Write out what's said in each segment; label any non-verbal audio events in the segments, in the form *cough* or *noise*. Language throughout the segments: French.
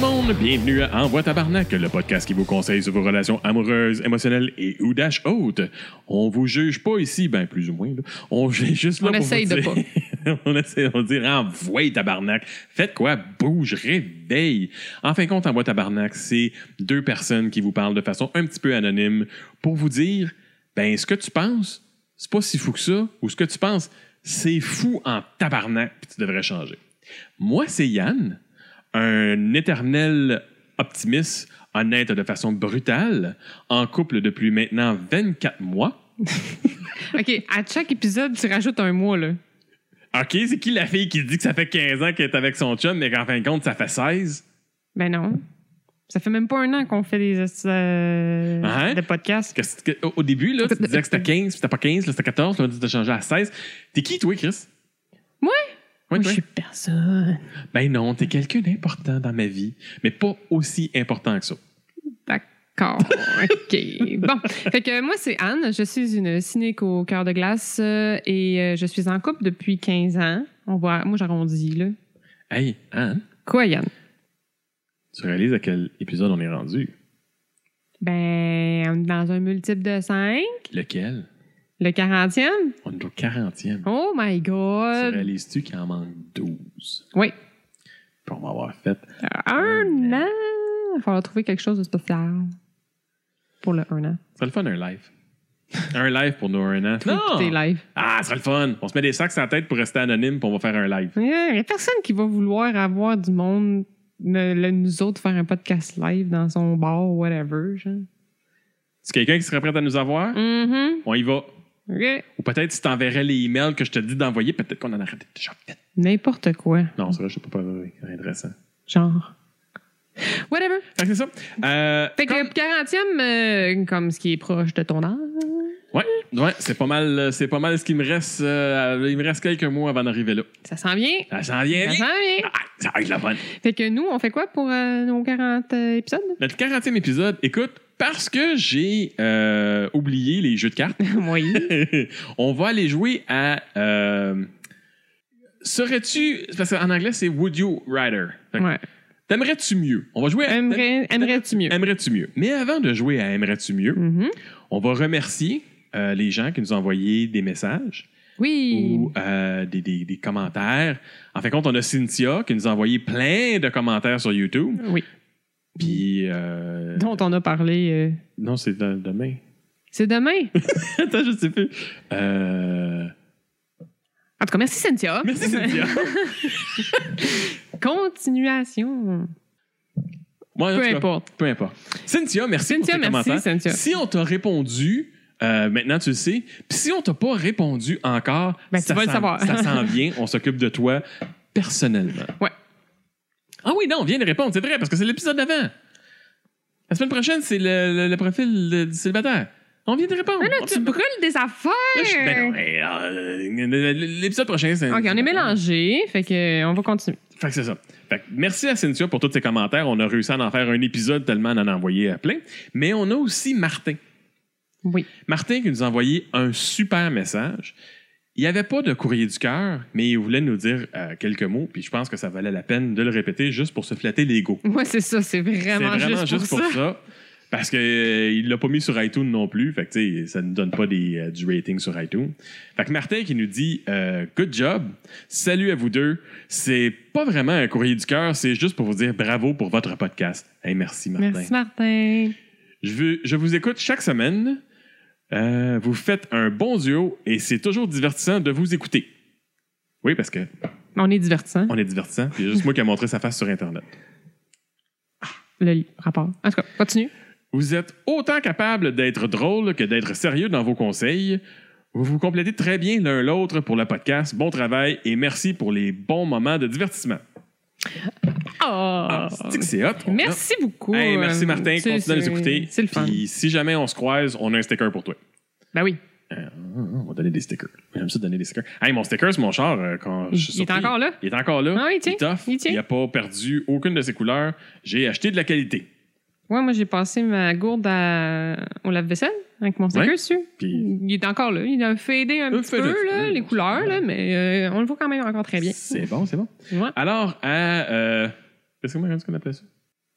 monde, bienvenue à Envoi Tabarnak, le podcast qui vous conseille sur vos relations amoureuses, émotionnelles et ou dash haute. On vous juge pas ici, ben plus ou moins. là. On est juste là On pour vous essaye de dire- *laughs* on essaie de dire envoie tabarnak. Faites quoi? Bouge, réveille. En fin de compte, envoie tabarnak, c'est deux personnes qui vous parlent de façon un petit peu anonyme pour vous dire ben ce que tu penses, c'est pas si fou que ça, ou ce que tu penses, c'est fou en tabarnak, puis tu devrais changer. Moi, c'est Yann, un éternel optimiste, honnête de façon brutale, en couple depuis maintenant 24 mois. OK, à chaque épisode, tu rajoutes un mois, là. OK, c'est qui la fille qui dit que ça fait 15 ans qu'elle est avec son chum, mais qu'en fin de compte, ça fait 16? Ben non. Ça fait même pas un an qu'on fait des, euh, Hein? des podcasts. Qu'est-ce que- au- au début, là, tu disais que c'était 15, puis c'était pas 15, là, c'était 14, là, on dit de changer à 16. T'es qui, toi, Chris? Moi? Ouais, Moi, toi? je suis personne. Ben non, t'es quelqu'un d'important dans ma vie, mais pas aussi important que ça. D'accord. OK. Bon. Fait que moi, c'est Anne. Je suis une cynique au cœur de glace euh, et euh, je suis en couple depuis 15 ans. On voit, moi, j'arrondis, là. Hey, Anne, Quoi, Yann? tu réalises à quel épisode on est rendu? Ben, on est dans un multiple de 5. Lequel? Le 40e? On est au 40e. Oh my Tu God! réalises-tu qu'il en manque 12? Oui. Puis on va avoir fait Un an! Il va falloir trouver quelque chose de spécial pour le un an. Ça serait le fun, un live. *laughs* Un live pour nous, un an. Écoutez live. Ah, ça serait le fun. On se met des sacs sur la tête pour rester anonyme, puis on va faire un live. Il n'y a personne qui va vouloir avoir du monde, ne- le- nous autres, faire un podcast live dans son bar ou whatever. Genre. C'est quelqu'un qui serait prêt à nous avoir? Mm. On y va. OK. Ou peut-être si t'enverrais les emails que je te dis d'envoyer, peut-être qu'on en aurait déjà fait. N'importe quoi. Non, c'est vrai, je sais pas, c'est intéressant. Genre. Whatever. Fait que c'est ça. Euh, Fait que 40e, euh, comme ce qui est proche de ton âge. ouais, ouais, c'est pas mal, euh, c'est pas mal ce qui me reste. euh, il me reste quelques mois avant d'arriver là. Ça s'en vient. Ça s'en vient. bien. Ça s'en vient. Ah, ça va être la bonne. Fait que nous, on fait quoi pour euh, nos 40 euh, épisodes? *laughs* Notre 40e épisode, écoute, parce que j'ai euh, oublié les jeux de cartes. *laughs* oui. on va aller jouer à. euh, Serais-tu. Parce qu'en anglais, c'est Would You Rather. Fait que Ouais. T'aimerais-tu mieux? On va jouer à. Aimerais- Aimerais-tu mieux? Aimerais-tu mieux? Mais avant de jouer à Aimerais-tu mieux, Mhm. on va remercier euh, les gens qui nous ont envoyé des messages Oui. ou euh, des, des- des commentaires. En fin de compte, on a Cynthia qui nous a envoyé plein de commentaires sur YouTube. Oui. Puis. euh, Dont on a parlé. euh, Non, c'est de- demain. *laughs* C'est demain. en Attends, je sais plus. Euh, tout cas, merci Cynthia. Merci, Cynthia. Continuation. Moi, en Peu tout cas, importe. Peu importe. Cynthia, merci Cynthia, pour tes merci, commentaires. Cynthia. Si on t'a répondu, euh, maintenant tu le sais. Puis si on t'a pas répondu encore, Ben, ça tu vas le s'en- savoir. ça *laughs* s'en vient. On s'occupe de toi personnellement. Ouais. Ah oui, non, on vient de répondre, c'est vrai, parce que c'est l'épisode d'avant. La semaine prochaine, c'est le, le- le profil de- du célibataire. On vient de répondre. Ah On là, tu vient- brûles des affaires. Là, je- ben non, mais, euh, l'épisode prochain, c'est. OK, on est mélangés. Fait que euh, on va continuer. Fait que c'est ça. Fait que merci à Cynthia pour tous ses commentaires. On a réussi à en faire un épisode tellement on en a envoyé à plein. Mais on a aussi Martin. Oui. *laughs* Martin qui nous a envoyé un super message. Il n'y avait pas de courrier du cœur, mais il voulait nous dire euh, quelques mots, puis je pense que ça valait la peine de le répéter juste pour se flatter l'ego. Moi, c'est ça. C'est C'est vraiment, vraiment juste pour, ça. ça. Parce qu'il ne l'a pas mis sur iTunes non plus. Fait que, tu sais, ça ne nous donne pas des, euh, du rating sur iTunes. Fait que Martin qui nous dit euh, Good job, salut à vous deux. C'est pas vraiment un courrier du cœur, c'est juste pour vous dire bravo pour votre podcast. Hey, merci, Martin. Merci, Martin. Je, veux- je vous écoute chaque semaine. Euh, vous faites un bon duo et c'est toujours divertissant de vous écouter. Oui, parce que On est divertissant. on est divertissant. puis Il y a juste moi qui a montré sa face sur Internet. Le li- rapport. En tout cas, continue. Vous êtes autant capable d'être drôle que d'être sérieux dans vos conseils. Vous vous complétez très bien l'un l'autre pour le podcast. Bon travail et merci pour les bons moments de divertissement. Oh. Ah, c'est-tu que c'est hot. on a- Merci beaucoup. euh, Hey, merci Martin, C'est- continue à nous c'est- écouter. C'est le fun. Puis si jamais on se croise, on a un sticker pour toi. Ben oui. Euh, on va donner des stickers. J'aime ça donner des stickers. Hey, mon sticker, c'est mon char euh, quand je suis Il est sorti. encore là. Il est encore là. Ah oui, il tient. Il est tough. Il tient. Il n'a pas perdu aucune de ses couleurs. J'ai acheté de la qualité. Ouais, moi, j'ai passé ma gourde à... au lave-vaisselle avec mon sticker Ouais. dessus. Puis Il est encore là. Il a fadé un Un petit fade peu, un là, petit peu. les couleurs, là, mais euh, on le voit quand même encore très bien. c'est bon, c'est bon. Ouais. Alors, à. Euh, Qu'est-ce qu'on appelle ça?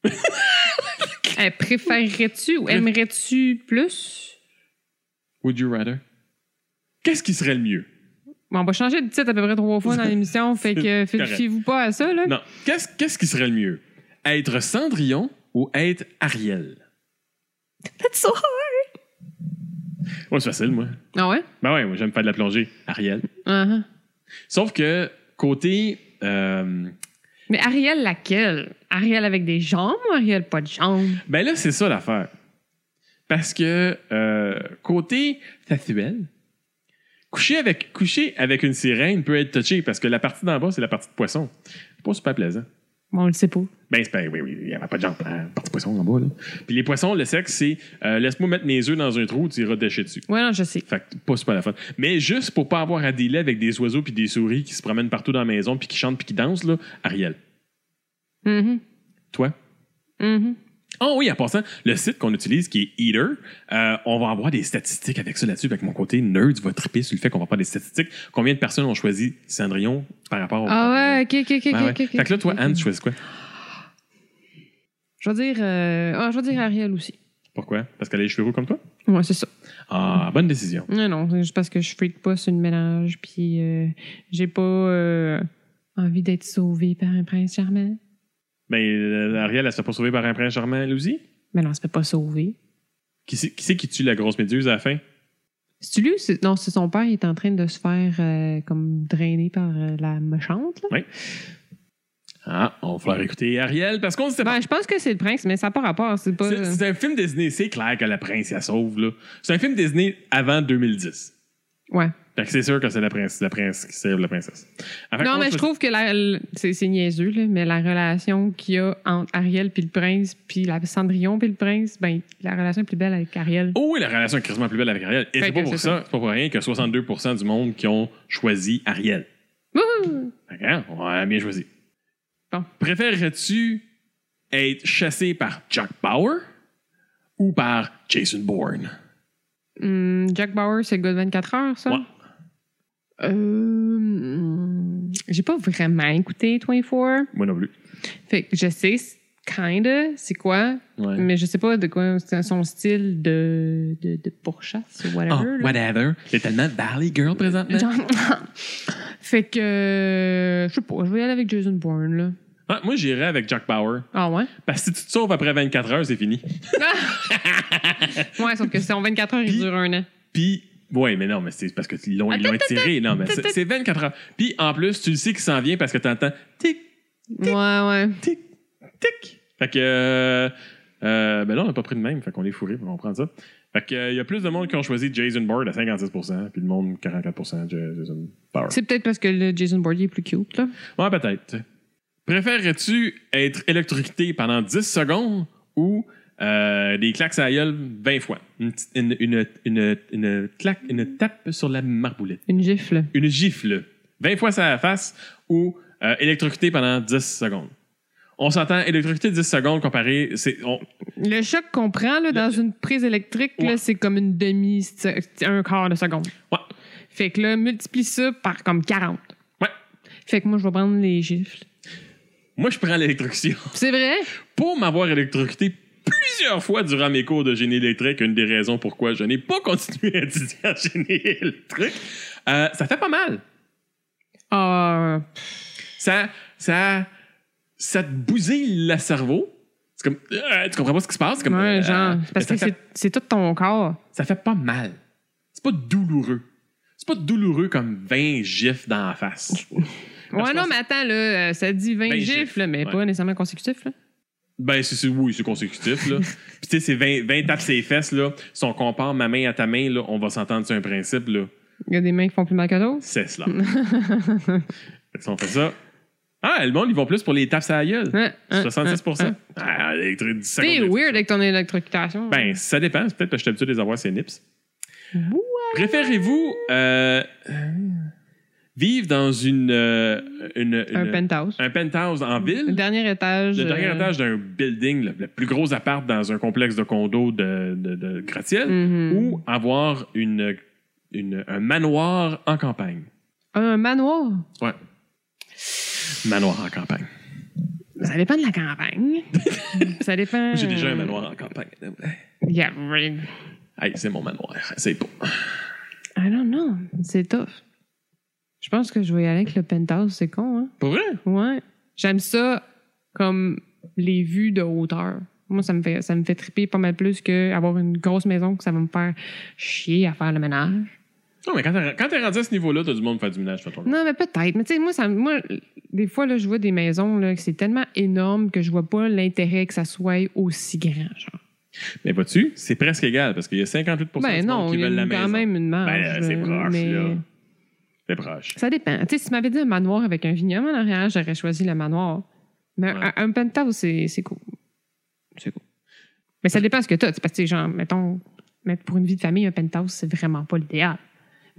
Euh, Préférerais-tu ou aimerais-tu plus? Would you rather? Qu'est-ce qui serait le mieux? Bon, on va changer de titre à peu près trois fois dans l'émission, fait que C'est *laughs* correct. fiez-vous pas à ça, là. Non. Qu'est-ce qu'est-ce qui serait le mieux? Être Cendrillon ou être Ariel? That's so Moi, c'est facile, moi. Ah ouais? Ben ouais, moi, j'aime faire de la plongée. Ariel. Uh-huh. Sauf que, côté. euh, Mais Ariel, laquelle? Ariel avec des jambes ou Ariel pas de jambes? ben là, c'est ça l'affaire. Parce que, euh, côté factuel, coucher avec, coucher avec une sirène peut être touché parce que la partie d'en bas, c'est la partie de poisson. C'est pas super plaisant. Bon, on le sait pas. Ben, c'est pas, oui, oui, il n'y avait pas de jambes. hein, partie de poisson en bas, là. Puis les poissons, le sexe, c'est euh, laisse-moi mettre mes œufs dans un trou, tu iras déchet dessus. Ouais, non, je sais. Fait que pas super la fun. Mais juste pour pas avoir à délai avec des oiseaux puis des souris qui se promènent partout dans la maison puis qui chantent puis qui dansent, là, Ariel. Mhm, Toi? mhm. Oh oui, en passant, le site qu'on utilise qui est Eater, euh, on va avoir des statistiques avec ça là-dessus. Fait que mon côté nerd va triper sur le fait qu'on va avoir des statistiques. Combien de personnes ont choisi Cendrillon par rapport au. Ah ouais, ok, ok, ok. Ben ouais. ok, ok, Fait que là, toi, ok. Anne, tu choisis quoi? Je vais dire, euh, ah, je vais dire Ariel aussi. Pourquoi? Parce qu'elle a les cheveux roux comme toi? Ouais, c'est ça. Ah, bonne décision. Non, non, c'est juste parce que je freak pas sur le mélange, puis euh, j'ai pas euh, envie d'être sauvée par un prince charmant. Mais euh, Ariel, elle se fait pas sauver par un prince charmant, elle aussi? Mais non, on se fait pas sauver. Qui c'est qui, c'est qui tue la grosse méduse à la fin? C'est lui ou c'est- Non, c'est son père, il est en train de se faire euh, comme drainer par euh, la méchante. là. Ah, on va falloir écouter Ariel parce qu'on ne sait pas. Ben, je pense que c'est le prince, mais ça n'a pas rapport. C'est pas. C'est c'est un film Disney, c'est clair que la prince la sauve, là. C'est un film Disney avant 2010. euh, Ouais. Fait que c'est sûr que c'est la prince, la prince qui sauve la princesse. Ah, fait Non, qu'on mais se- je trouve que la- l- c'est c'est niaiseux, là, mais la relation qu'il y a entre Ariel puis le prince, puis la Cendrillon puis le prince, ben la relation est plus belle avec Ariel. Oh oui, la relation est quasiment plus belle avec Ariel. Et Fait c'est pas que pour c'est ça, c'est pas pour rien que 62% du monde qui ont choisi Ariel. Oh! Wouhou! Fait que, hein, on a bien choisi. Bon. Préférerais-tu être chassé par Jack Bauer ou par Jason Bourne? Hum, Jack Bauer, c'est le gars de 24 heures, ça? Ouais. Euh, hum, J'ai pas vraiment écouté 24. Moi non plus. Fait que je sais, c'est- kinda, c'est quoi, Ouais. mais je sais pas de quoi c'est son style de, de, de pourchasse ou Oh, whatever. là. whatever. hein. T'es tellement Valley Girl présentement. Genre- *laughs* fait que, euh, je sais pas, je vais y aller avec Jason Bourne, là. Ah, moi, j'irais avec Jack Bauer. Ah ouais? Parce que si tu te sauves après 24 heures, c'est fini. Ouais, sauf que c'est en 24 heures, il Puis- dure un an. Puis, ouais, mais non, mais c'est parce que ils l'ont ils l'ont étiré. Non, mais c'est c'est 24 heures. Puis, en plus, tu le sais qu'il s'en vient parce que t'entends tic, Ouais, ouais. tic, tic. Fait que, euh, euh, ben là, on n'a pas pris de même. Fait qu'on est fourré, on prend ça. Fait que, euh, il y a plus de monde qui ont choisi Jason Bourne à 56%, puis le monde 44% Ja- Jason Bauer. C'est peut-être parce que le Jason Bourne il est plus cute, là. Ouais, peut-être. Préférerais-tu être électrocuté pendant 10 secondes ou euh, des claques à la gueule 20 fois? Une, petite- une, une, une, une claque, une tape sur la marboulette. Une gifle. Une gifle. 20 fois sur la face ou euh, électrocuté pendant 10 secondes. On s'entend, électrocuté 10 secondes comparé. C'est, on- Le choc qu'on prend là, dans une prise électrique, là, Ouais. c'est comme une demi, c'est un quart de seconde. Ouais. Fait que là, multiplie ça par comme 40. Ouais. Fait que moi, je vais prendre les gifles. moi, je prends l'électrocution. *laughs* C'est vrai? Pour m'avoir électrocuté plusieurs fois durant mes cours de génie électrique, une des raisons pourquoi je n'ai pas *laughs* continué à étudier en génie électrique, euh, ça fait pas mal. Ah, ça, ça, ça te bousille le cerveau. C'est comme, euh, tu comprends pas ce qui se passe? C'est Comme, ouais, euh, genre. euh, c'est parce ça que fait, c'est c'est tout ton corps. ça fait pas mal. C'est pas douloureux. C'est pas douloureux comme 20 gifs dans la face. Parce Ouais, que non, c'est- mais attends, là, euh, ça dit 20, Ben, gifles, gifles, là, mais ouais. pas nécessairement consécutifs. Là. Ben, c'est, c'est- oui, c'est consécutif, là. Puis, tu sais, c'est 20, 20 tapes ses fesses, là. Si on compare ma main à ta main, là, on va s'entendre sur un principe, là. Il y a des mains qui font plus mal que d'autres. C'est cela. Fait que si on fait ça. Ah, le monde, ils vont plus pour les tapes à la gueule. Hein, hein, 66 hein, hein. Ah, électri- 10 secondes T'es de- weird avec ton électrocutation. Ben, ça dépend. C'est peut-être parce que je suis habitué de les avoir, ces nips. Ouh. Préférez-vous euh, vivre dans une, euh, une- un une- penthouse. un penthouse en Le ville? dernier étage. Le dernier euh, étage d'un building, le, le plus gros appart dans un complexe de condos de, de, de gratte-ciel, mhm. ou avoir une, une- un manoir en campagne? Un manoir. Manoir en campagne. Ça dépend de *laughs* la campagne. ça dépend. euh, J'ai déjà un manoir en campagne. Yeah, right. Hey, c'est mon manoir. C'est pas. I don't know. C'est tough. Je pense que je vais y aller avec le penthouse, c'est con, hein? Pour vrai? Ouais. J'aime ça comme les vues de hauteur. Moi, ça me fait, ça me fait triper pas mal plus qu'avoir une grosse maison que ça va me faire chier à faire le ménage. Non, mais quand t'es- quand t'es rendu à ce niveau-là, t'as du monde faire du ménage, fais ton Non, mais peut-être. Mais tu sais, moi, ça, moi, des fois, là, je vois des maisons, là, que c'est tellement énorme que je vois pas l'intérêt que ça soit aussi grand, genre. Mais vois-tu, c'est presque égal parce qu'il y a 58 Ben du non, monde qui il y a veulent la une- maison. quand même une marge. Ben, euh, c'est là, proche, mais là. C'est proche. Ça dépend. Tu sais, si tu m'avais dit un manoir avec un vignoble en arrière, j'aurais choisi le manoir. Mais un- Ouais. un, penthouse, c'est c'est cool. C'est cool. Mais ça dépend ce que t'as. C'est Parce que, genre, mettons, mais pour une vie de famille, un penthouse, c'est vraiment pas l'idéal.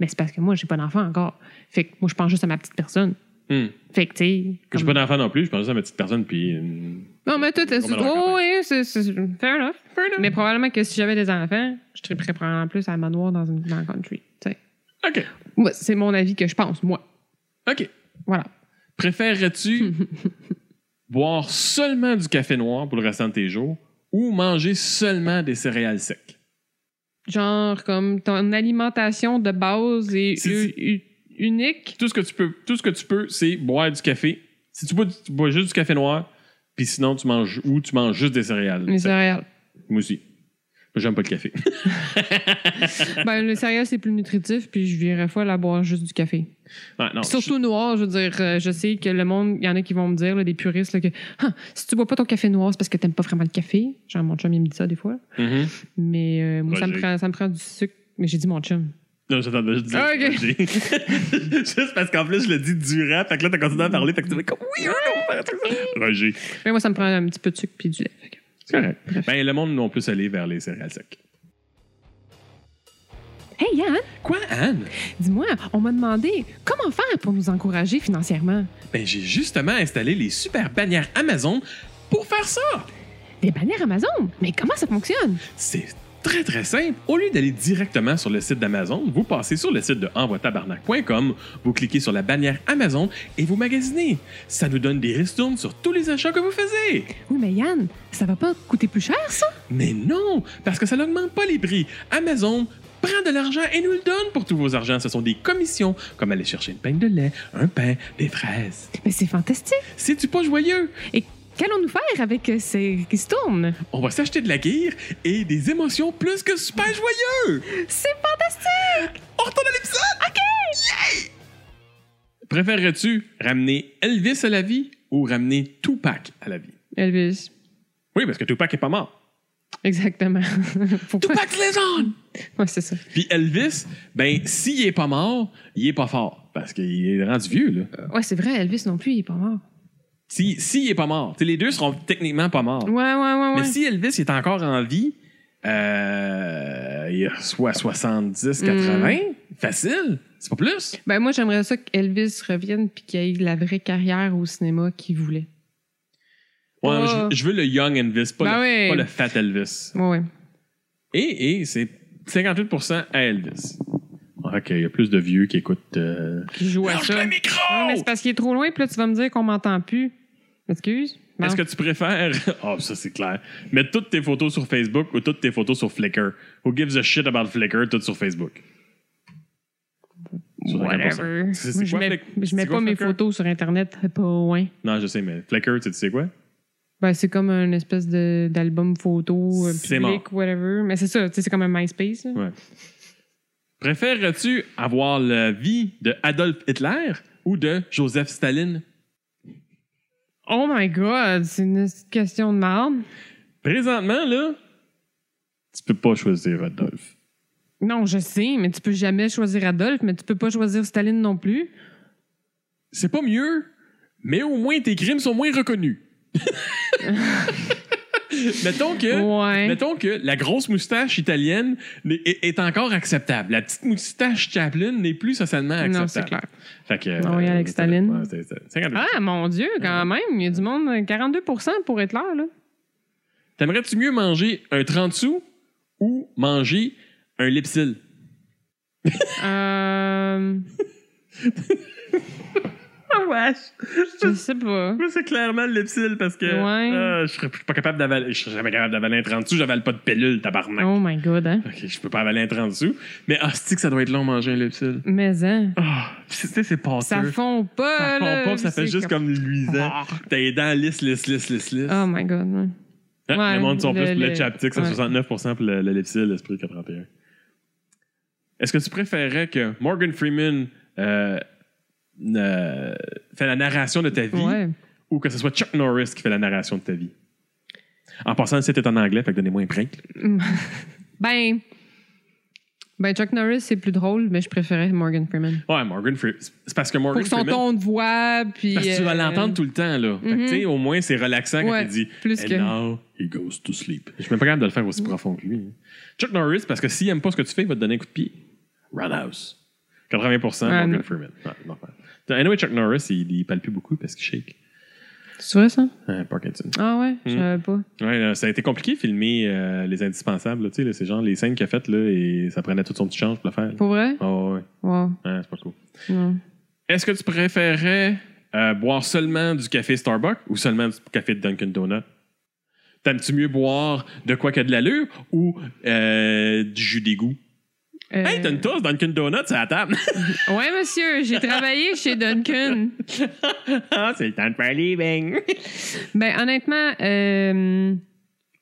Mais c'est parce que moi, j'ai pas d'enfant encore. Fait que moi, je pense juste à ma petite personne. Hum. Fait que, tu sais. Que j'ai comme- pas d'enfant non plus, je pense à ma petite personne, puis. euh, Non, mais toi, t'as. Comme dans la Oh, campagne. oui, c'est c'est- fair enough. Mais probablement que si j'avais des enfants, je triperais probablement plus à un manoir dans, une, dans un country. tu sais. OK. Moi, c'est mon avis que je pense, moi. OK. Voilà. *laughs* Préférerais-tu boire seulement du café noir pour le restant de tes jours ou manger seulement des céréales secs? Genre, comme ton alimentation de base est, C'est- u- u- unique. Tout ce que tu peux, tout ce que tu peux, c'est boire du café. Si tu bois, du- tu bois juste du café noir, puis sinon tu manges ou tu manges juste des céréales. Les secs. céréales. Moi aussi. J'aime pas le café. *laughs* ben, le céréales, c'est plus nutritif, puis je virais folle à boire juste du café. Ah, non, Surtout noir, je veux dire, euh, je sais que le monde, il y en a qui vont me dire, là, des puristes, là, que Ah, si tu bois pas ton café noir, c'est parce que t'aimes pas vraiment le café. Genre, mon chum, il me dit ça des fois. je- Mhm. Mais euh, moi, ça me, Roger. prend, ça me prend du sucre. Mais j'ai dit mon chum. Non, j'attendais, je disais. Ah, ok. Roger. *laughs* Juste parce qu'en plus, je le dis durant, fait que là, t'as continué à parler, fait que tu fais comme oui, oui, on va faire tout ça. Roger. Mais moi, ça me prend un petit peu de sucre puis du lait. Fait que- C'est correct. Ben, le monde non plus aller vers les céréales secs. Hey Yann, Quoi, Anne? dis-moi, on m'a demandé comment faire pour nous encourager financièrement. Ben, j'ai justement installé les super bannières Amazon pour faire ça. Des bannières Amazon, mais comment ça fonctionne? C'est très très simple. Au lieu d'aller directement sur le site d'Amazon, vous passez sur le site de envoitabarnac.com, vous cliquez sur la bannière Amazon et vous magasinez. Ça nous donne des ristournes sur tous les achats que vous faites. Oui, mais Yann, ça va pas coûter plus cher, ça? Mais non, parce que ça n'augmente pas les prix. Amazon prend de l'argent et nous le donne pour tous vos argents. Ce sont des commissions, comme aller chercher une peigne de lait, un pain, des fraises. Mais c'est fantastique! C'est-tu pas joyeux? Qu'allons-nous faire avec euh, ces qui se tournent? On va s'acheter de la guire et des émotions plus que super joyeux! C'est fantastique! On retourne à l'épisode! OK! Préférerais-tu ramener Elvis à la vie ou ramener Tupac à la vie? Elvis, Oui, parce que Tupac est pas mort. *laughs* exactement. *laughs* Pourquoi? Tupac's légende! Ouais, c'est ça. Puis Elvis, ben, s'il est pas mort, il est pas fort. Parce qu'il est rendu vieux, là. Euh, Ouais, c'est vrai, Elvis non plus, il est pas mort. Si, si il est pas mort. T'sais, les deux seront techniquement pas morts. Ouais, ouais, ouais, ouais. Mais si Elvis est encore en vie, euh, il a soit 70, 80, Hmm. facile, c'est pas plus. Ben, moi, j'aimerais ça qu'Elvis revienne puis qu'il ait la vraie carrière au cinéma qu'il voulait. Ouais, Ouais. je, je veux le young Elvis, pas, Ben le, ouais. pas le fat Elvis. Ouais, ouais. Et, et c'est 58% à Elvis. Ah, Ok, il y a plus de vieux qui écoutent. Euh... Qu'il joue à ça. Lâche le micro! Ouais, mais c'est parce qu'il est trop loin, puis là, tu vas me dire qu'on m'entend plus. Excuse. Bon. Est-ce que tu préfères. *laughs* Oh, ça c'est clair. Mettre toutes tes photos sur Facebook ou toutes tes photos sur Flickr. Who gives a shit about Flickr? Toutes sur Facebook. Sur 50%. Whatever. C'est- c'est Moi, je quoi, mets, Flick- je c'est mets quoi, pas mes Flickr? photos sur Internet, euh, pas loin. Non, je sais, mais Flickr, tu sais- tu sais quoi? Ben, c'est comme une espèce de- d'album photo euh, C'est public, whatever. Mais c'est ça, tu sais, c'est comme un MySpace. là. Préférerais-tu avoir la vie de Adolf Hitler ou de Joseph Staline? Oh my God, c'est une question de merde. Présentement, là, tu peux pas choisir Adolf. Non, je sais, mais tu peux jamais choisir Adolphe, mais tu peux pas choisir Staline non plus. C'est pas mieux, mais au moins tes crimes sont moins reconnus. *laughs* mettons que. Ouais. Euh, Mettons que la grosse moustache italienne n'est- est, est encore acceptable. La petite moustache Chaplin n'est plus socialement acceptable. Non, c'est clair. Ah Fait que, euh, On va y aller avec Staline. ouais, c'est- c'est- c'est- c'est- Ah, mon Dieu, quand même, il y a du monde, euh, 42 pour être là, là. T'aimerais-tu mieux manger un 30 sous ou manger un lipsil? *laughs* Euh... Ah, wesh! Je sais pas. Moi, c'est clairement le Lepsil parce que Ouais. ah, je serais je suis pas capable d'avaler. Je serais jamais capable d'avaler un 30 sous, j'avale pas de pilule, tabarnak. Oh my god, hein. Ok, je peux pas avaler un 30 sous. Mais hostie que ça doit être long manger un Lepsil. Mais hein. Ah, tu sais, c'est passé. Ça fond pas. Ça fond là, pas, ça fait c'est juste comme luisant. T'as les dents lisses, lisses, lisses, lisses, lisses. Oh my god, ouais. Hein, ouais, le monde sont le- plus pour le, le- chaptic, c'est ouais. 69 pour le, le Lepsil, l'esprit 41. Est-ce que tu préférais que Morgan Freeman euh, euh, fait la narration de ta vie Ouais. ou que ce soit Chuck Norris qui fait la narration de ta vie? En passant, c'était en anglais, fait que donnez-moi un break. Ben. Ben, Chuck Norris, c'est plus drôle, mais je préférais Morgan Freeman. Ouais, Morgan Freeman. C'est parce que Morgan Pour son Freeman. ton de voix, puis. Parce que tu vas euh, l'entendre tout le temps, là. Fait que, Mhm. tu sais, au moins, c'est relaxant quand Ouais, il dit plus And que- now he goes to sleep. Je suis même pas capable de le faire aussi profond que lui. hein. Chuck Norris, parce que s'il aime pas ce que tu fais, il va te donner un coup de pied. Roundhouse. 80% Ah, Morgan non. Freeman. Ouais, normal. Anyway, Chuck Norris, il, il parle plus beaucoup parce qu'il shake. C'est vrai, ça? Hein, Parkinson. Ah ouais? Hmm. Je savais pas. Ouais, là, ça a été compliqué de filmer euh, les indispensables. là, Tu sais, là, c'est genre les scènes qu'il a faites là, et ça prenait tout son petit change pour le faire. là. Pour vrai? Oh, ouais, Wow. Ouais, c'est pas cool. Non. Est-ce que tu préférais euh, boire seulement du café Starbucks ou seulement du café de Dunkin' Donut? T'aimes-tu mieux boire de quoi que de l'allure ou euh, du jus d'égout? Euh, Hey, t'as une tasse Dunkin' Donut sur la table! *laughs* Ouais, monsieur, j'ai travaillé chez Duncan. Ah, c'est le temps de faire un living! Ben, honnêtement, euh,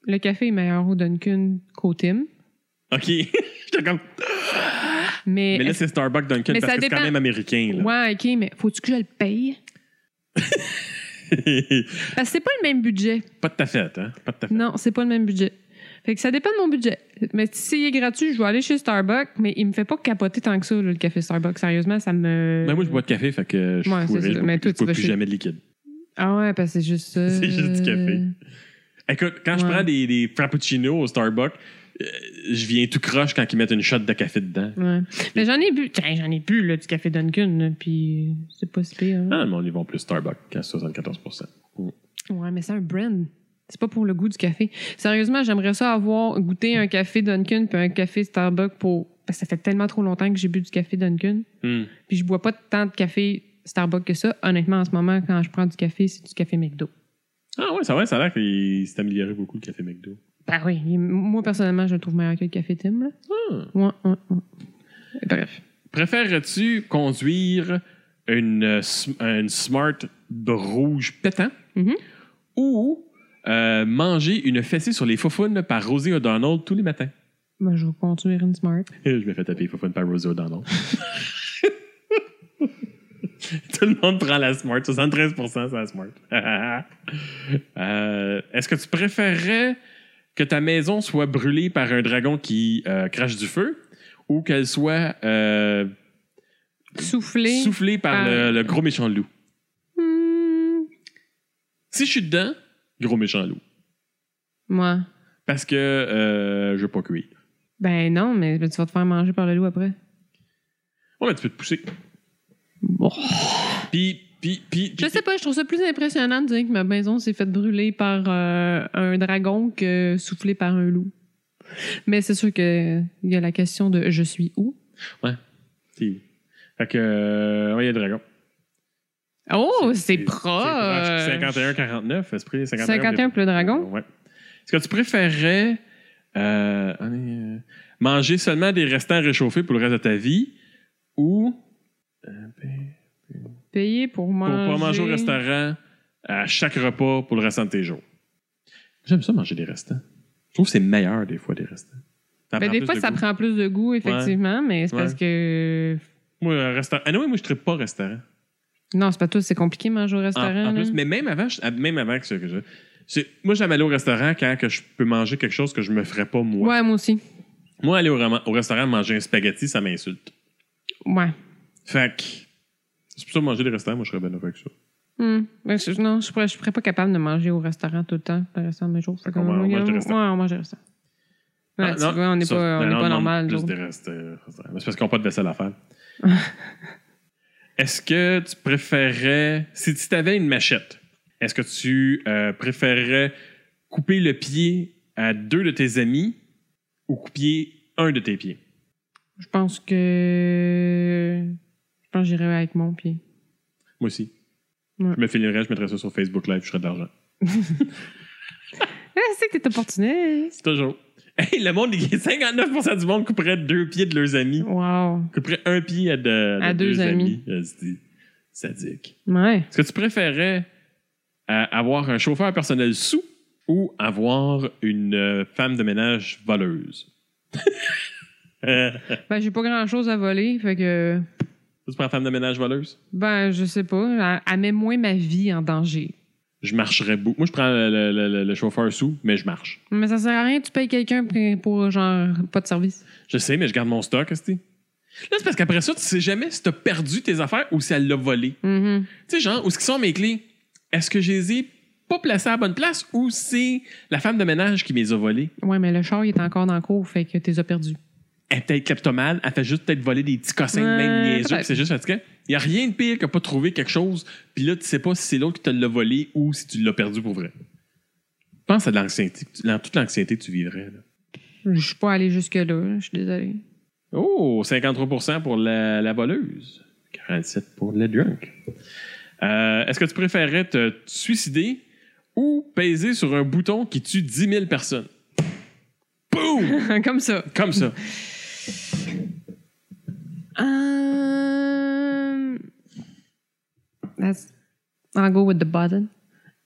le café est meilleur au Duncan qu'au Tim. *laughs* OK. *laughs* J'étais comme... Mais, Mais là, c'est Starbucks Dunkin' Mais parce ça que c'est quand dépend. même américain. Là. ouais, OK, mais faut-tu que je le paye? Parce que c'est pas le même budget. *laughs* pas de ta fête, hein? Pas de ta fête. Non, c'est pas le même budget. Fait que ça dépend de mon budget. Mais s'il est gratuit, je vais aller chez Starbucks, mais il me fait pas capoter tant que ça, là, le café Starbucks. Sérieusement, ça me. Mais Ben, moi, je bois de café, fait que je Ouais, c'est pourrais- ça. je Mais toi, bois tu vas plus chez- jamais de liquide. Ah ouais, parce que c'est juste *laughs* ça. C'est juste du café. Écoute, quand je Ouais. prends des, des frappuccinos au Starbucks, euh, je viens tout croche quand ils mettent une shot de café dedans. Ouais. Mais j'en ai bu. Tiens, j'en ai bu, là, du café Duncan, là, puis c'est pas si pire. hein. Ah, mais on y va plus Starbucks quand 74 Mm. Ouais, mais c'est un brand. C'est pas pour le goût du café. Sérieusement, j'aimerais ça avoir goûté un café Duncan puis un café Starbucks pour. Parce que ça fait tellement trop longtemps que j'ai bu du café Duncan. Hmm. Puis je bois pas tant de café Starbucks que ça. Honnêtement, en ce moment, quand je prends du café, c'est du café McDo. Ah ouais, ça va, ça a l'air qu'il s'est amélioré beaucoup le café McDo. Ben oui, il- moi personnellement, je le trouve meilleur que le café Tim. Là. Ah. Ouais, ouais, ouais. Bref. Préférerais-tu conduire une, euh, sm- une Smart de rouge pétant Mhm. ou euh, manger une fessée sur les faufounes par Rosie O'Donnell tous les matins? Ben, je vais conduire une Smart. Je me fais taper les faufounes par Rosie O'Donnell. *laughs* Tout le monde prend la Smart. 73 c'est la Smart. *laughs* Euh, Est-ce que tu préférerais que ta maison soit brûlée par un dragon qui euh, crache du feu ou qu'elle soit euh, Souffler. soufflée par par- le, le gros méchant loup? Hmm, Si je suis dedans, gros méchant loup. Moi. Parce que euh, je veux pas cuire. Ben non, mais tu vas te faire manger par le loup après. Ouais, mais tu peux te pousser. Bon. Puis, puis, puis. Je puis- sais pas, je trouve ça plus impressionnant de dire que ma maison s'est faite brûler par euh, un dragon que soufflé par un loup. Mais c'est sûr que il y a la question de je suis où. puis- Fait que. euh, ouais, il y a le dragon. Oh, c'est proche. proche. 51-49, esprit 51. 51 pour le dragon. euh, Ouais. Est-ce que tu préférais euh, on est, euh, manger seulement des restants réchauffés pour le reste de ta vie ou euh, ben, Payé pour pour manger. pas manger au restaurant à chaque repas pour le restant de tes jours? J'aime ça manger des restants. Je trouve que c'est meilleur des fois des restants. Ça Ben, prend des plus fois, de ça goût. prend plus de goût, effectivement, mais c'est Ouais. parce que. Moi, un restaurant. Ah non, moi, je ne pas au restaurant. Non, c'est pas tout, c'est compliqué manger au Ah, En- restaurant. en là. plus, mais même avant, je- ah, même avant que ce que je. c'est- Moi, j'aime aller au restaurant quand que je peux manger quelque chose que je me ferais pas moi. Ouais, moi aussi. Moi, aller au, rama- au restaurant manger un spaghetti, ça m'insulte. Ouais. Fait que. C'est pour ça manger des restaurants, moi, je serais bien heureux avec ça. Hum. Ben, je- non, je ne serais, je serais pas capable de manger au restaurant tout le temps, le restant de mes jours. Fait qu'on qu'on- mange- on mange au restaurant. Ouais, on mange au restaurant. Ouais, Ah, tu non, vois, on n'est ça, pas, on non, n'est on pas demande normal. plus genre. des rest- euh, restaurants. Mais C'est parce qu'ils n'ont pas de vaisselle à *laughs* faire. est-ce que tu préférais. Si tu avais une machette, est-ce que tu euh, préférerais couper le pied à deux de tes amis ou couper un de tes pieds? Je pense que. Je pense que j'irais avec mon pied. Moi aussi. Ouais. Je me filerais, je mettrais ça sur Facebook Live, je serais de l'argent. Ah, c'est que t'es opportuniste. C'est toujours. *laughs* Hey, le monde, 59% du monde couperait deux pieds de leurs amis. Wow. Couperait un pied à, de- À de deux deux amis. amis. Euh, c'est- Sadique. Ouais. Est-ce que tu préférais euh, avoir un chauffeur personnel sous ou avoir une euh, femme de ménage voleuse? *laughs* Euh, Ben, j'ai pas grand-chose à voler, fait que... tu prends femme de ménage voleuse? Ben, je sais pas. Elle, elle met moins ma vie en danger. Je marcherais beaucoup. Moi, je prends le, le- le- le chauffeur sous, mais je marche. Mais ça sert à rien, tu payes quelqu'un pour, pour, genre, pas de service. Je sais, mais je garde mon stock, esti. Là, c'est parce qu'après ça, tu sais jamais si t'as perdu tes affaires ou si elle l'a volé. Mhm. Tu sais, genre, où ce sont mes clés? Est-ce que je les ai pas placées à la bonne place ou c'est la femme de ménage qui me les a volées? Ouais, mais le char, il est encore dans le cours, fait que t'es perdu. Elle est peut-être kleptomane, elle fait juste peut-être voler des petits cossins de même Ouais, niaiseux, peut-être. puis c'est juste fatigant. Il n'y a rien de pire que pas trouver quelque chose, puis là, tu sais pas si c'est l'autre qui te l'a volé ou si tu l'as perdu pour vrai. Pense à de l'anxiété, que tu- dans toute l'anxiété que tu vivrais. là. Je suis pas allée jusque-là, je suis désolée. Oh, 53 pour la, la voleuse, 47 pour le drunk. Euh, Est-ce que tu préférais te suicider ou peser sur un bouton qui tue 10 000 personnes? Boum! *laughs* Comme ça. Comme ça. Um, that's... I'll go with the button.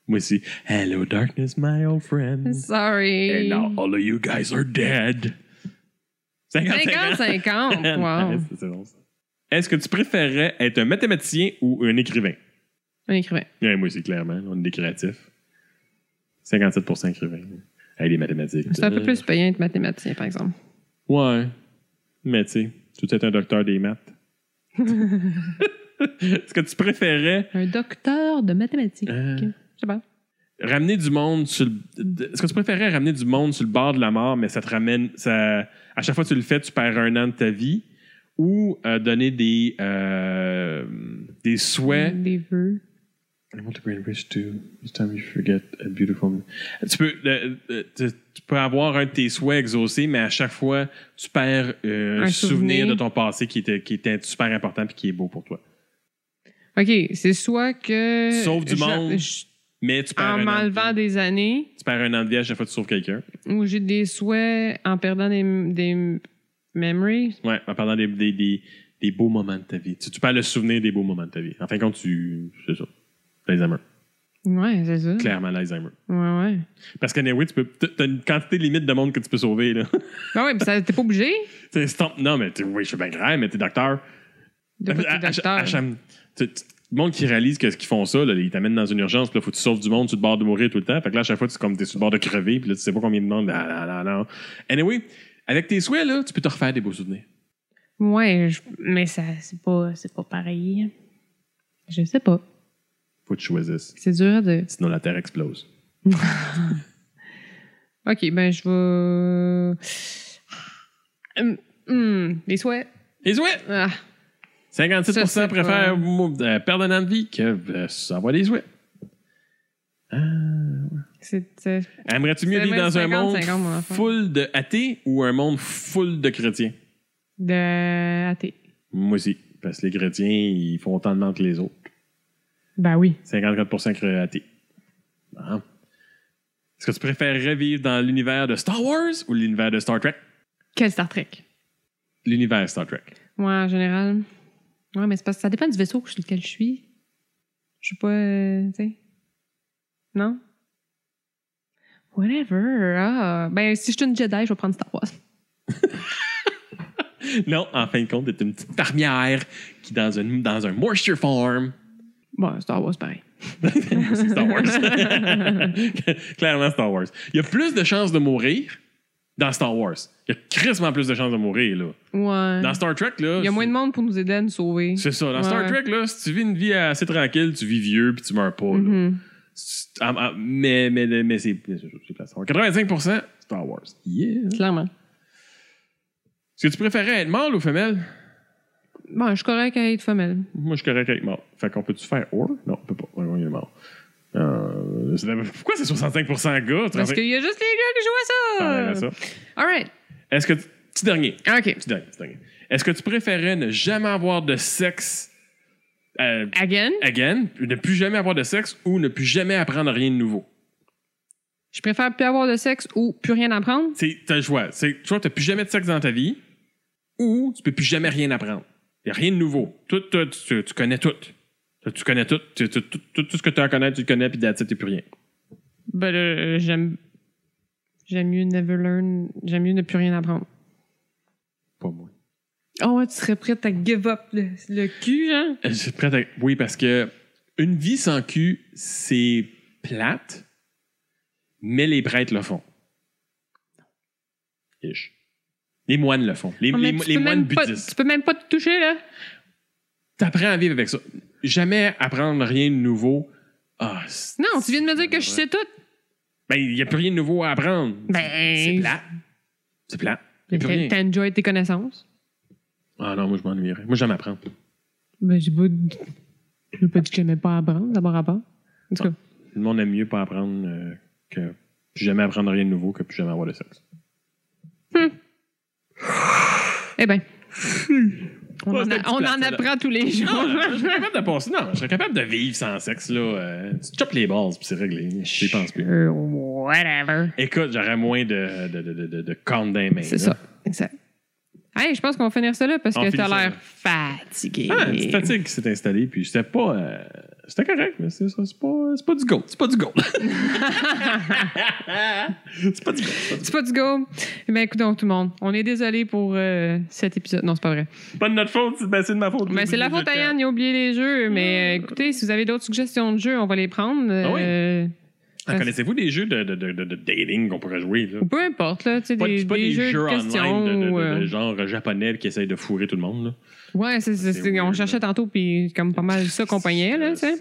Moi aussi. Hello, darkness, my old friend. Sorry. And now all of you guys are dead. 50-50, *laughs* wow. Nice, c'est bon, ça. Est-ce que tu préférais être un mathématicien ou un écrivain? Un écrivain. Ouais, moi, c'est clairement. On est des créatifs. 57 écrivain. Hey, les mathématiques. C'est un peu plus payant être mathématicien, par exemple. Ouais. Mais tu sais, tu veux être un docteur des *laughs* maths. Est-ce que tu préférais Un docteur de mathématiques. Euh. Je sais pas. ramener du monde sur le... Est-ce que tu préférais ramener du monde sur le bord de la mort, mais ça te ramène... Ça... À chaque fois que tu le fais, tu perds un an de ta vie? Ou euh, donner des, euh, des souhaits... Des vœux. I want to bring wish to each time you forget a beautiful... Tu peux, le- le- tu, tu peux avoir un de tes souhaits exaucés, mais à chaque fois, tu perds euh, Un un souvenir souvenir. de ton passé qui était, qui était super important et qui est beau pour toi. OK, c'est soit que. Sauve du je- monde. je- Mais tu perds, en un, an de m'enlevant vie. des années, tu perds un an de vie à chaque fois que tu sauves quelqu'un. ou j'ai des souhaits en perdant des, des memories. Ouais, en parlant des, des, des, des beaux moments de ta vie. Tu, tu perds le souvenir des beaux moments de ta vie. En fin de compte, tu. C'est ça. L'Alzheimer. Mm. Ouais, c'est ça. Clairement, l'Alzheimer. Ouais, ouais. Parce qu'anyway, tu peux. T'as une quantité limite de monde que tu peux sauver, là. *laughs* Ben ouais, mais ça, t'es pas obligé. T'sais, c'est tant- Non, mais t'es- oui, je suis bien grave, mais t'es docteur. De pas À- à- être docteur. à- à- tu- tu- Le monde qui réalise que ce qu'ils font ça, là, ils t'amènent dans une urgence, puis là, faut que tu sauves du monde, tu te barres de mourir tout le temps. Fait que là, à chaque fois, tu es comme t'es sur le bord de crever, puis là, tu sais pas combien de monde. Là, là, là, là. Anyway, avec tes souhaits, là, tu peux te refaire des beaux souvenirs. Ouais, je- mais ça, c'est pas, c'est pas pareil. Je sais pas. Faut que tu choisisses. C'est dur à dire. Sinon, la Terre explose. OK, ben je vais. Hum, hum, les souhaits. Les souhaits! Ah, 56 Ça, c'est préfèrent pas- mou- euh, perdre un an de vie que euh, savoir des souhaits. Ah, c'est. c'est- Aimerais-tu mieux C'est vivre vrai, dans un 50, monde 50, mon enfant. full de athées ou un monde full de chrétiens? De. athée. Moi aussi, parce que les chrétiens, ils font autant de mal que les autres. Ben oui. 54 cré- athées. Bon. Est-ce que tu préférerais vivre dans l'univers de Star Wars ou l'univers de Star Trek? Quel Star Trek? L'univers Star Trek. Ouais, en général. Ouais, mais c'est parce que ça dépend du vaisseau sur lequel je suis. Je suis pas. euh, tu sais. Non? Whatever. Ah. Ben, si je suis une Jedi, je vais prendre Star Wars. Non, en fin de compte, t'es une petite fermière qui, dans un, dans un moisture *laughs* farm, Bon, Star Wars, pareil. C'est Star Wars. *laughs* Clairement Star Wars. Il y a plus de chances de mourir dans Star Wars. Il y a crissement plus de chances de mourir, là. Ouais. Dans Star Trek, là. Il y a moins de monde pour nous aider à nous sauver. C'est ça. Dans Ouais. Star Trek, là, si tu vis une vie assez tranquille, tu vis vieux puis tu meurs pas, là. Mhm. C'est- ah, ah, Mais, mais, mais c'est. mais c'est- c'est classe. 85% Star Wars. Yeah. Clairement. Est-ce que tu préférais être mâle ou femelle? Bon, je suis correct à être femelle. Moi, je suis correct avec mort. Fait qu'on peut-tu faire or? Non, on peut pas. Ouais, ouais, il est mort. Euh, c'est- pourquoi c'est 65 gars? Parce euh, qu'il y a juste les gars qui jouent à T'enlèverais ça. Ah, ben, ça. All right. Est-ce que. Petit dernier. OK. Petit dernier, petit dernier. Est-ce que tu préférais ne jamais avoir de sexe euh, Again, again, ne plus jamais avoir de sexe ou ne plus jamais apprendre rien de nouveau. je préfère plus avoir de sexe ou plus rien apprendre. C'est t'as le choix. C'est soit t'as plus jamais de sexe dans ta vie, ou tu peux plus jamais rien apprendre. Y a rien de nouveau. Tout, tout, tu, tu connais tout. Tu- Tu connais tout. Tu- tu- tout, tout- tout ce que tu as à connaître, tu le connais, puis d'attitude, t'es plus rien. Ben, euh, j'aime. J'aime mieux never learn. J'aime mieux ne plus rien apprendre. Pas moi. Oh, ouais, tu serais prête à give up le, le cul, hein? genre? Euh, Je suis prêt à... Oui, parce que une vie sans cul, c'est plate, mais les prêtres le font. Ish. Les moines le font. Les, Oh, les- mais tu les peux moines même pas- bouddhistes. tu peux même pas te toucher, là? T'apprends à vivre avec ça. Jamais apprendre rien de nouveau. Ah, c'est- Non, tu viens de me dire que je sais tout. Ben, il n'y a plus rien de nouveau à apprendre. Ben- C'est plat. C'est plat. Y a plus T'as rien. t'as enjoyed tes connaissances? Ah non, moi, je m'ennuierais. Moi, j'aime apprendre. Ben, j'ai pas, j'ai pas dit que j'aimais pas apprendre, d'abord à part. En tout cas, Le monde aime mieux pas apprendre euh, que plus jamais apprendre rien de nouveau que plus jamais avoir de sexe. eh ben. On, Hmm. Ouais, en, c'est a- un petit on en plat, ça, là. apprend tous les jours. *laughs* Non, je serais capable de passer. Non, je serais capable de vivre sans sexe, là. euh, tu te chopes les bases, puis c'est réglé. Je pense plus. Euh, whatever. Écoute, j'aurais moins de, de, de, de, de, de cornes dans les mains, C'est là. ça, exact. Hey, je pense qu'on va finir ça là parce On que finit t'as ça, l'air là. fatigué. Ah, une petite fatigue qui s'est installée, puis c'était pas. euh, c'était correct, mais c'est ça. C'est pas, c'est pas du gold. C'est pas du gold. *laughs* c'est pas du gold. c'est pas du gold. C'est pas du go. Eh Ben, écoutons, tout le monde, on est désolé pour euh, cet épisode. Non, c'est pas vrai. C'est pas de notre faute, c'est- ben, c'est de ma faute. Ben, c'est la faute à Yann, il a oublié les jeux. Mais euh, écoutez, si vous avez d'autres suggestions de jeux, on va les prendre. Ah oui? euh, Ah, Connaissez-vous des jeux de, de, de, de- de dating qu'on pourrait jouer? Là? ou peu importe, là, tu sais, Pas, des, pas des jeux, de questions. online de, de- ou, de- euh, de genre japonais qui essayent de fourrer tout le monde. Là. Ouais, c'est, c'est- C'est c'est- on weird, cherchait là. tantôt, puis comme pas mal ça qu'on pognait, là, tu sais.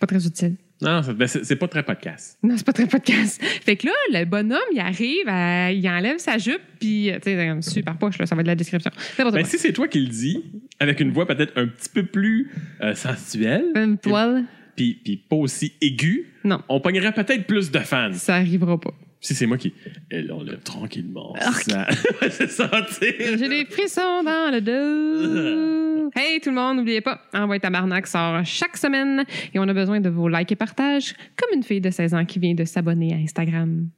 Pas très utile. Non, ça- ben, c'est c'est pas très podcast. Non, c'est pas très podcast. *laughs* Fait que là, le bonhomme, il arrive, euh, il enlève sa jupe, puis, euh, tu sais, comme super poche, là, ça va être de la description. C'est pas Ben, si c'est toi qui le dis, avec une voix peut-être un petit peu plus euh, sensuelle, Une toile, puis puis pas aussi aiguë, Non. on pognerait peut-être plus de fans. ça arrivera pas. Si c'est moi qui. eh, Elle enlève tranquillement. Ah, Ça. *laughs* J'ai senti. *laughs* J'ai des frissons dans le dos. Hey tout le monde, n'oubliez pas, Envoyez Tabarnak sort chaque semaine et on a besoin de vos likes et partages, comme une fille de 16 ans qui vient de s'abonner à Instagram.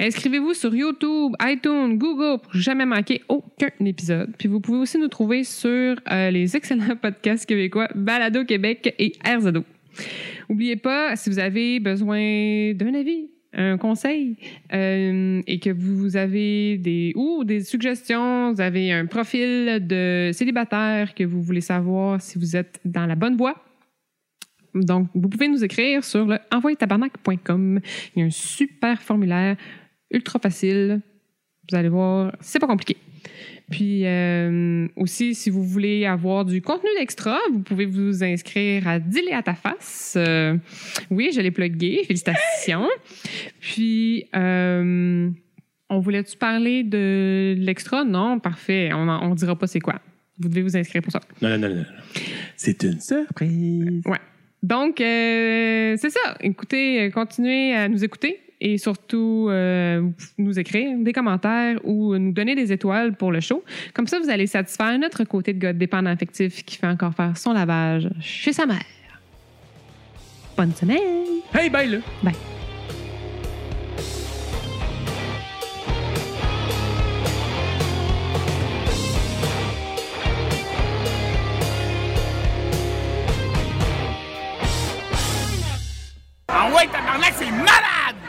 Inscrivez-vous sur YouTube, iTunes, Google pour jamais manquer aucun épisode. Puis vous pouvez aussi nous trouver sur euh, les excellents *laughs* podcasts québécois Balado Québec et RZO. Oubliez pas, si vous avez besoin d'un avis, un conseil, euh, et que vous avez des ou des suggestions, vous avez un profil de célibataire que vous voulez savoir si vous êtes dans la bonne voie. Donc, vous pouvez nous écrire sur le envoyetabarnak.com. Il y a un super formulaire ultra facile. Vous allez voir, c'est pas compliqué. Puis euh, aussi, si vous voulez avoir du contenu extra, vous pouvez vous inscrire à Dile à ta face. Euh, oui, je l'ai plugué. Félicitations. Puis, euh, on voulait-tu parler de l'extra? Non, parfait. On ne dira pas c'est quoi. Vous devez vous inscrire pour ça. Non, non, non, non. C'est une surprise. Donc, euh, c'est ça. Écoutez, euh, continuez à nous écouter et surtout euh, vous pouvez nous écrire des commentaires ou nous donner des étoiles pour le show. Comme ça, vous allez satisfaire notre côté de gars dépendant affectif qui fait encore faire son lavage chez sa mère. Bonne semaine! Hey, bye, là. Ah ouais, tabarnak, c'est malade!